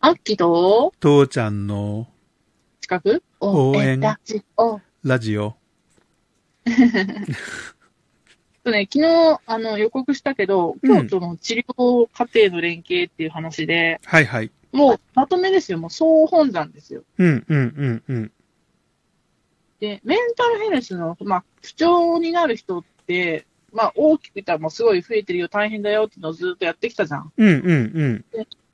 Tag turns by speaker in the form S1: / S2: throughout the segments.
S1: アッキーと
S2: 父ちゃんの
S1: 近く
S2: 応援
S1: ラジオ。
S2: ラジオ。
S1: とね、昨日、あの、予告したけど、
S2: うん
S1: 京都の治療家庭の連携っていう話で、
S2: はいはい。
S1: もう、まとめですよ。もう、総本山ですよ。
S2: うんうんうんうん。
S1: で、メンタルヘルスの、まあ、不調になる人って、まあ、大きく言ったらもうすごい増えてるよ、大変だよっていうのをずっとやってきたじゃん。
S2: うんうん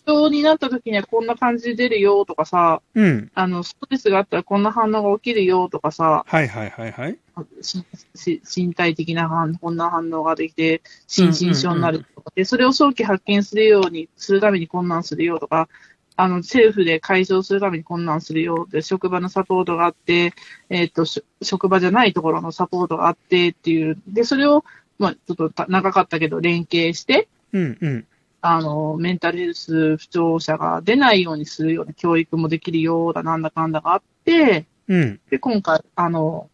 S1: 不調になった時にはこんな感じで出るよとかさ、
S2: うん。うん。
S1: あの、ストレスがあったらこんな反応が起きるよとかさ、
S2: はいはいはいはい。
S1: しし身体的な反こんな反応ができて、心身症になるとか、で、それを早期発見するように、するために困難するよとか、あの、政府で解消するために困難するよで、職場のサポートがあって、えっ、と、し職場じゃないところのサポートがあってっていう、で、それを、まあ、ちょっとた長かったけど、連携して、
S2: うんうん。
S1: あの、メンタルヘルス不調者が出ないようにするような教育もできるようだ、なんだかんだがあって、
S2: うん
S1: で、今回、あの、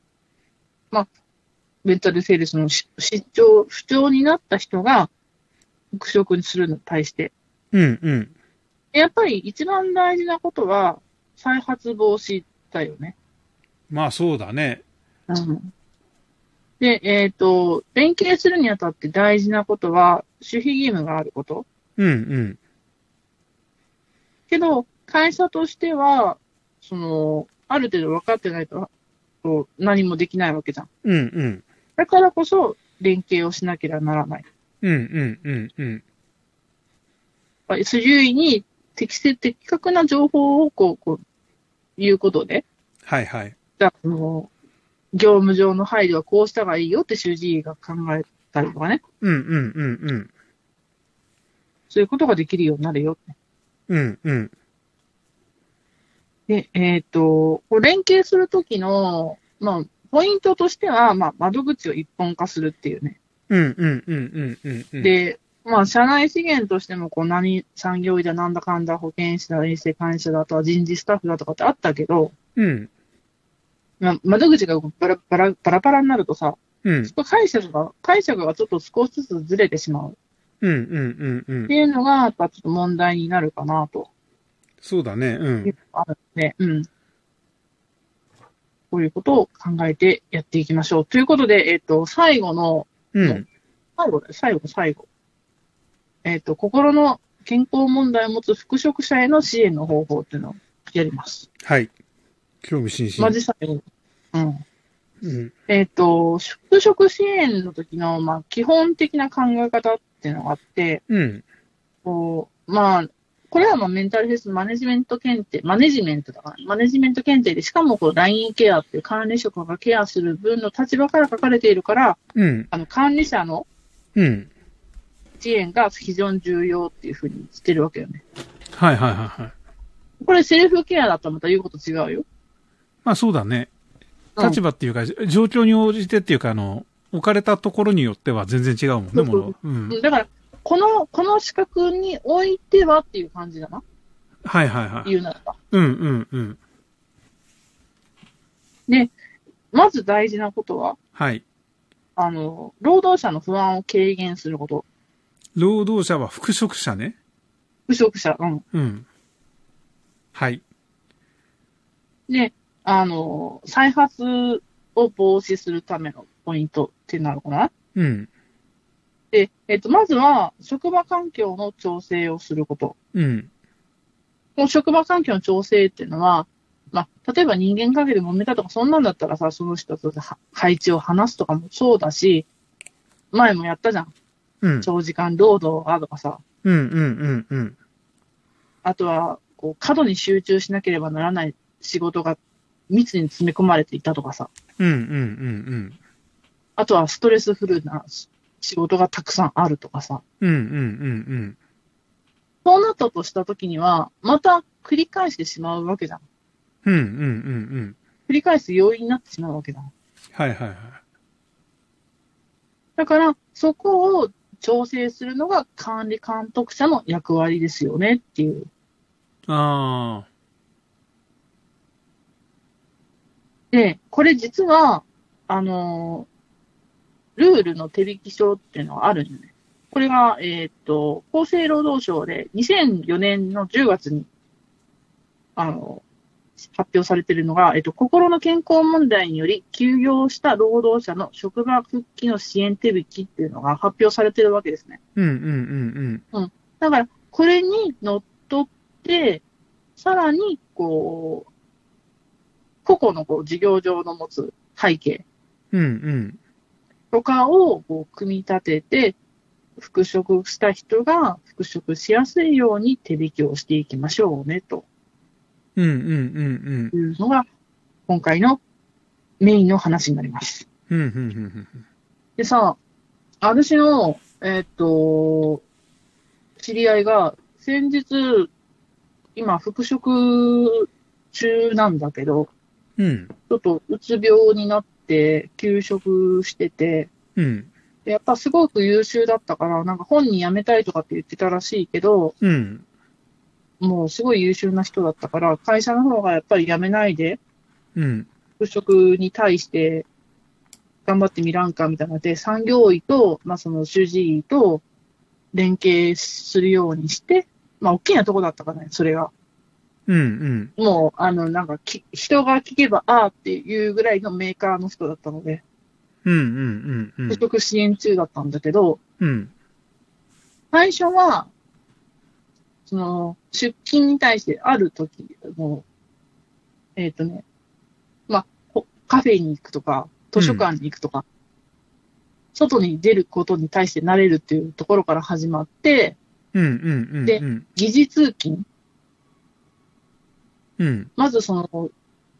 S1: まあ、メンタルセールスのし失調、不調になった人が、復職にするのに対して。
S2: うんうん。
S1: でやっぱり一番大事なことは、再発防止だよね。
S2: まあそうだね。
S1: うん。で、えっ、と、連携するにあたって大事なことは、守秘義務があること。
S2: うん
S1: けど、会社としては、その、ある程度分かってないと、こう何もできないわけじゃん。
S2: うん。うんうん。
S1: だからこそ、連携をしなければならない。
S2: うんうんうんうん。
S1: やっぱり周囲に適切、的確な情報をこう、こう、言うことで、
S2: はいはい。
S1: じゃあ、あの、業務上の配慮はこうした方がいいよって主治医が考えたりとかね、
S2: うんうんうんうん。
S1: そういうことができるようになるよって。
S2: うんうん。
S1: で、えっ、と、こう連携するときの、まあ、ポイントとしては、まあ、窓口を一本化するっていうね。
S2: うんうんうんうんうんうん。
S1: で、まあ、社内資源としても、こう、何、産業医だ、なんだかんだ、保健師だ、衛生管理者だ、あとは人事スタッフだとかってあったけど、
S2: うん
S1: まあ、窓口がバラバラ、バラバラになるとさ、
S2: うん
S1: ちょっと解釈が、解釈がちょっと少しずつずれてしまう
S2: うんうんうんう
S1: っ
S2: ん
S1: て。いうのが、やっぱちょっと問題になるかなと
S2: そうだね。
S1: い
S2: う。
S1: うんのがあるので、うん。こういうことを考えてやっていきましょう。ということで、えっ、と、最後の、
S2: うん。
S1: 最後だよ最後、最後。えっ、と、心の健康問題を持つ復職者への支援の方法っていうのをやります。
S2: はい。興味津
S1: マ
S2: 々。
S1: ジ最後。うん。
S2: うん。
S1: えっ、と、復職支援の時の、まあ、基本的な考え方っていうのがあって、
S2: うん。
S1: こう、まあ、これはまあメンタルヘルスマネジメント検定、マネジメントだから、マネジメント検定で、しかもこう、ラインケアっていう管理職がケアする分の立場から書かれているから、
S2: うん。
S1: あの、管理者の
S2: うん。
S1: 支援が非常に重要っていうふうにしてるわけよね。
S2: はいはいはいはい。
S1: これセルフケアだったらまた言うこと違うよ。
S2: まあそうだね。
S1: うん
S2: 立場っていうか、状況に応じてっていうか、あの、置かれたところによっては全然違うもんね、
S1: そう
S2: も
S1: そう
S2: の。うん。
S1: だから、この、この資格においてはっていう感じだな、
S2: はいはいはい。
S1: 言うならば。
S2: うんうんうん。
S1: で、まず大事なことは、
S2: はい。
S1: あの、労働者の不安を軽減すること。
S2: 労働者は復職者ね。
S1: 不職者、うん。
S2: うん。はい。
S1: で、あの、再発を防止するためのポイントってなるかな。
S2: うん。
S1: で、えっと、まずは、職場環境の調整をすること。
S2: うん。
S1: この職場環境の調整っていうのは、まあ、例えば人間関係で揉めたとか、そんなんだったらさ、その人とは配置を話すとかもそうだし、前もやったじゃん。
S2: うん。
S1: 長時間労働がとかさ、
S2: うんうんうんうん。
S1: あとは、こう、過度に集中しなければならない仕事が密に詰め込まれていたとかさ、
S2: うんうんうん
S1: あとはストレスフルな仕事がたくさんあるとかさ、
S2: うん。うんうんうん
S1: そうなったとしたときには、また繰り返してしまうわけじゃん。
S2: うん。うんうんうんうん。
S1: 繰り返す要因になってしまうわけじゃん。
S2: はいはいはい。
S1: だから、そこを調整するのが管理監督者の役割ですよねっていう。
S2: ああ。
S1: で、これ実は、あのールールの手引き書っていうのがあるんよね。これが、えーっと、厚生労働省で2004年の10月にあの、発表されているのが、えっと、心の健康問題により休業した労働者の職場復帰の支援手引きっていうのが発表されてるわけですね。
S2: うんうんうん
S1: だから、これにのっとって、さらに、こう、個々のこう事業上の持つ背景
S2: うん。うん
S1: とかをこう組み立てて、復職した人が復職しやすいように手引きをしていきましょうね、と
S2: うん。うんうんうん
S1: いうのが、今回のメインの話になります。
S2: うん。うんうんうん
S1: でさ、私の、えーっと、知り合いが、先日、今、復職中なんだけど、
S2: うん。うん
S1: ちょっとうつ病になって休職してて、
S2: うん
S1: でやっぱすごく優秀だったから、なんか本人辞めたいとかって言ってたらしいけど、
S2: うん。
S1: もうすごい優秀な人だったから、会社の方がやっぱり辞めないで、
S2: うん。
S1: 復職に対して頑張ってみらんかみたいなので、産業医と、まあ、その主治医と連携するようにして、まあ、大きなとこだったからね、それが。
S2: うん。
S1: もう、あの、なんかき、人が聞けば、ああっていうぐらいのメーカーの人だったので、
S2: うん。うん。うん。うん
S1: 復。職支援中だったんだけど、
S2: うん。
S1: 最初は、その、出勤に対してある時も、えっ、とね、まあ、ほカフェに行くとか、図書館に行くとか、外に出ることに対して慣れるっていうところから始まって、
S2: うん。うん。
S1: で
S2: うん。
S1: 疑似通勤。
S2: うん。
S1: まずその、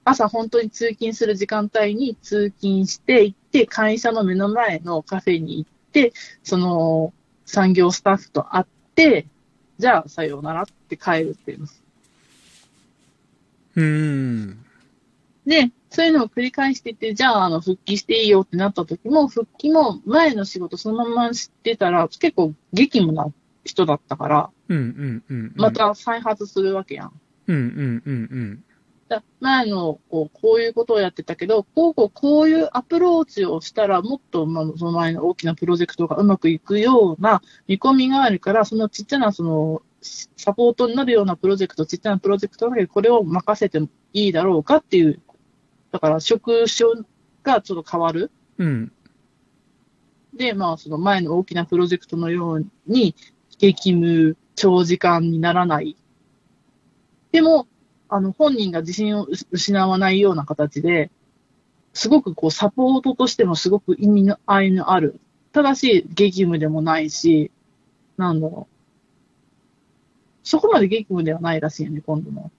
S1: 朝本当に通勤する時間帯に通勤して行って、会社の目の前のカフェに行って、その、産業スタッフと会って、じゃあさようならって帰るっていうの
S2: うん。
S1: で、そういうのを繰り返してて、じゃあ、あの、復帰していいよってなった時も、復帰も前の仕事そのまましてたら、結構激務な人だったから、
S2: うん。うん。うん。
S1: ま。た再発するわけやん。
S2: うん。うん。うん。うん。
S1: だ前の、こう、こういうことをやってたけど、こうこう、こういうアプローチをしたら、もっと、まあ、その前の大きなプロジェクトがうまくいくような見込みがあるから、そのちっちゃな、その、サポートになるようなプロジェクト、ちっちゃなプロジェクトだけど、これを任せてもいいだろうかっていう、だから、職種がちょっと変わる。
S2: うん。
S1: で、まあ、その前の大きなプロジェクトのように、激務、長時間にならない。でも、あの、本人が自信を失失わないような形で、すごくこう、サポートとしてもすごく意味の合いのある。ただし、激務でもないし、なんだろう。そこまで激務ではないらしいよね、今度も。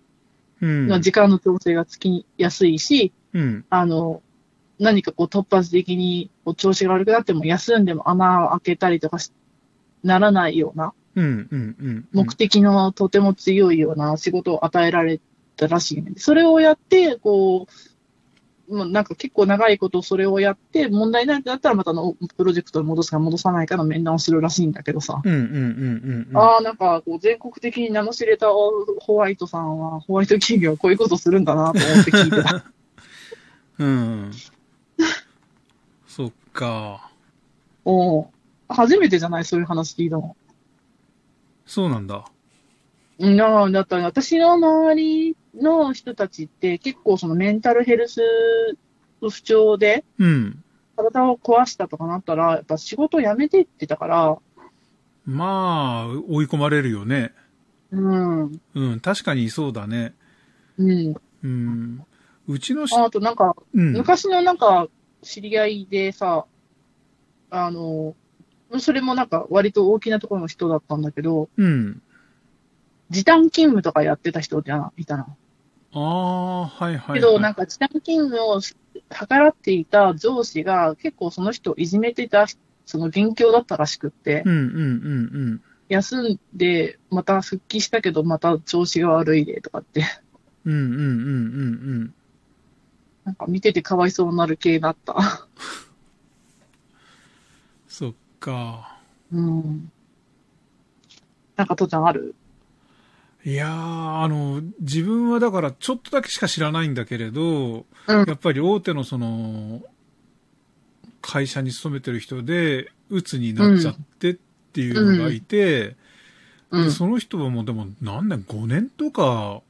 S2: うん。
S1: 時間の調整がつきやすいし、
S2: うん。
S1: あの、何かこう突発的にこう調子が悪くなっても休んでも穴を開けたりとかしならないような、
S2: うん。うん。うん。
S1: 目的のとても強いような仕事を与えられたらしいね。それをやって、こう、もうなんか結構長いことそれをやって、問題なくなったらまたのプロジェクトに戻すか戻さないかの面談をするらしいんだけどさ。
S2: うん。うん。うん。うん。
S1: ああ、なんかこう全国的に名の知れたホワイトさんは、ホワイト企業はこういうことするんだなと思って聞いてた。
S2: うん。そっか。
S1: おう初めてじゃないそういう話聞いたの。
S2: そうなんだ。
S1: なあ、だったら私の周りの人たちって結構そのメンタルヘルスの不調で
S2: うん。
S1: 体を壊したとかなったら、やっぱ仕事辞めてってたから、
S2: まあ、追い込まれるよね。
S1: うん、
S2: うん。確かにそうだね。
S1: うん。
S2: うん。うちのし、
S1: あとなんか、
S2: うん。
S1: 昔のなんか知り合いでさ、あの、それもなんか割と大きなところの人だったんだけど、
S2: うん。
S1: 時短勤務とかやってた人っていたな。
S2: ああー、はいはい、はい。
S1: けど、なんか時短勤務を計らっていた上司が、結構その人をいじめてた、その元凶だったらしくって
S2: う、んうんうん
S1: 休んで、また復帰したけど、また調子が悪いでとかって、
S2: うん。うんうんうんうん
S1: なんか見ててかわいそうになる系だった。
S2: うん。そっか。
S1: うん。なんか、とちゃんある
S2: いやー、あの、自分はだからちょっとだけしか知らないんだけれど、
S1: うん
S2: やっぱり大手のその、会社に勤めてる人で、鬱になっちゃってっていうのがいて、
S1: うん
S2: で。その人はもうでも何年、5年とか、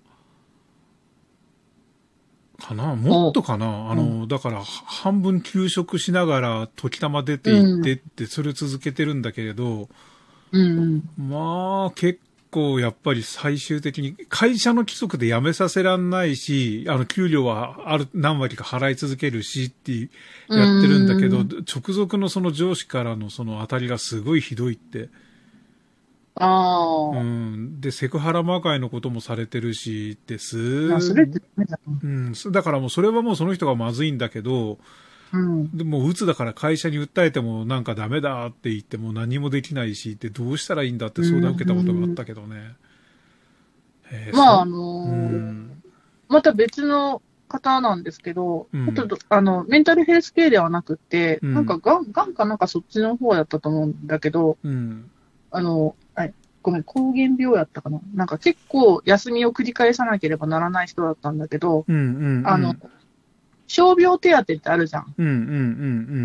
S2: かなもっとかなあの、だから、半分休職しながら、時たま出ていってって、それを続けてるんだけれど、
S1: うんうん。
S2: まあ、結構、やっぱり最終的に、会社の規則で辞めさせらんないし、あの、給料はある、何割か払い続けるしってやってるんだけど、
S1: う
S2: 直属のその上司からのその当たりがすごいひどいって。
S1: あ
S2: う
S1: あ。
S2: ん。で、セクハラ魔界のこともされてるし、ってす
S1: まあ、それってダメだな。
S2: うん。だからもうそれはもうその人がまずいんだけど、
S1: うん。
S2: でもう鬱だから会社に訴えてもなんかダメだって言っても何もできないしってどうしたらいいんだって相談を受けたことがあったけどね。えー
S1: まあ、あ
S2: そ
S1: の
S2: う
S1: ー
S2: ん。
S1: また別の方なんですけど、
S2: うん
S1: ちょっとあのメンタルヘルス系ではなくて、
S2: うん
S1: なんかがん、がんかなんかそっちの方やったと思うんだけど、
S2: うん。
S1: あの、はい、ごめん、膠原病やったかな。なんか結構休みを繰り返さなければならない人だったんだけど、
S2: うん。うん。うん
S1: あの、、傷病手当ってあるじゃん。
S2: うん。うん。う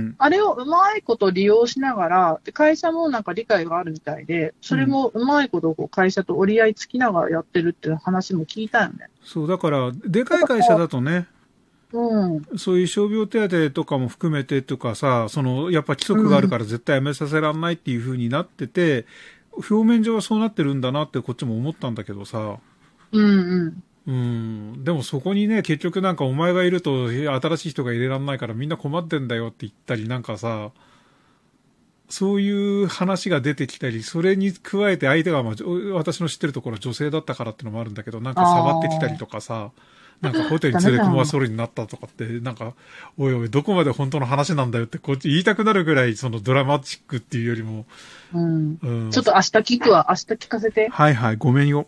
S2: ん。
S1: あれをうまいこと利用しながら、で会社もなんか理解があるみたいで、それもうまいことこう会社と折り合いつきながらやってるっていう話も聞いたよね。
S2: そう、だから、でかい会社だとね、
S1: うん。
S2: そういう傷病手当とかも含めてとかさ、その、やっぱ規則があるから絶対やめさせらんないっていう風になってて、表面上はそうなってるんだなってこっちも思ったんだけどさ、
S1: うんうん。
S2: うん、でもそこにね、結局なんかお前がいるとえ新しい人が入れられないからみんな困ってんだよって言ったりなんかさ、そういう話が出てきたり、それに加えて相手が、まあ、じょ私の知ってるところ女性だったからってのもあるんだけど、なんか触ってきたりとかさ、なんかホテルに連れ込まそうになったとかって、なんか、おいおい、どこまで本当の話なんだよってこっち言いたくなるぐらいそのドラマチックっていうよりも、
S1: うん
S2: うん
S1: ちょっと明日聞くわ。明日聞かせて。
S2: はいはい、ごめんよ。